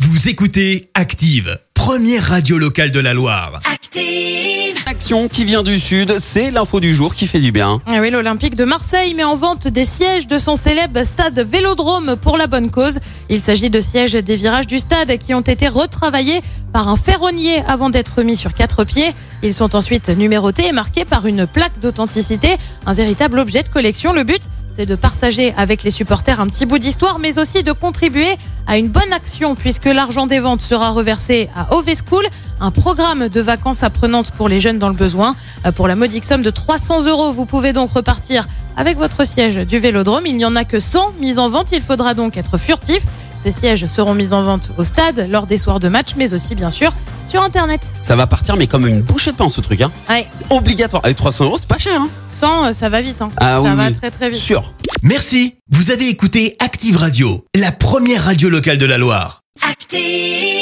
Vous écoutez Active, première radio locale de la Loire. Active. Action qui vient du sud, c'est l'info du jour qui fait du bien. Ah oui, l'Olympique de Marseille met en vente des sièges de son célèbre stade Vélodrome pour la bonne cause. Il s'agit de sièges des virages du stade qui ont été retravaillés par un ferronnier avant d'être mis sur quatre pieds. Ils sont ensuite numérotés et marqués par une plaque d'authenticité, un véritable objet de collection. Le but c'est de partager avec les supporters un petit bout d'histoire, mais aussi de contribuer à une bonne action, puisque l'argent des ventes sera reversé à OV School, un programme de vacances apprenantes pour les jeunes dans le besoin. Euh, Pour la modique somme de 300 euros, vous pouvez donc repartir avec votre siège du vélodrome. Il n'y en a que 100 mises en vente, il faudra donc être furtif. Ces sièges seront mis en vente au stade, lors des soirs de match, mais aussi bien sûr sur Internet. Ça va partir mais comme une bouchée de pain ce truc, hein. Ouais, Obligatoire. Avec 300 euros, c'est pas cher, hein. 100, euh, ça va vite. hein. Ah ça oui, va oui. très très vite. Sûr. Merci, vous avez écouté Active Radio, la première radio locale de la Loire. Active.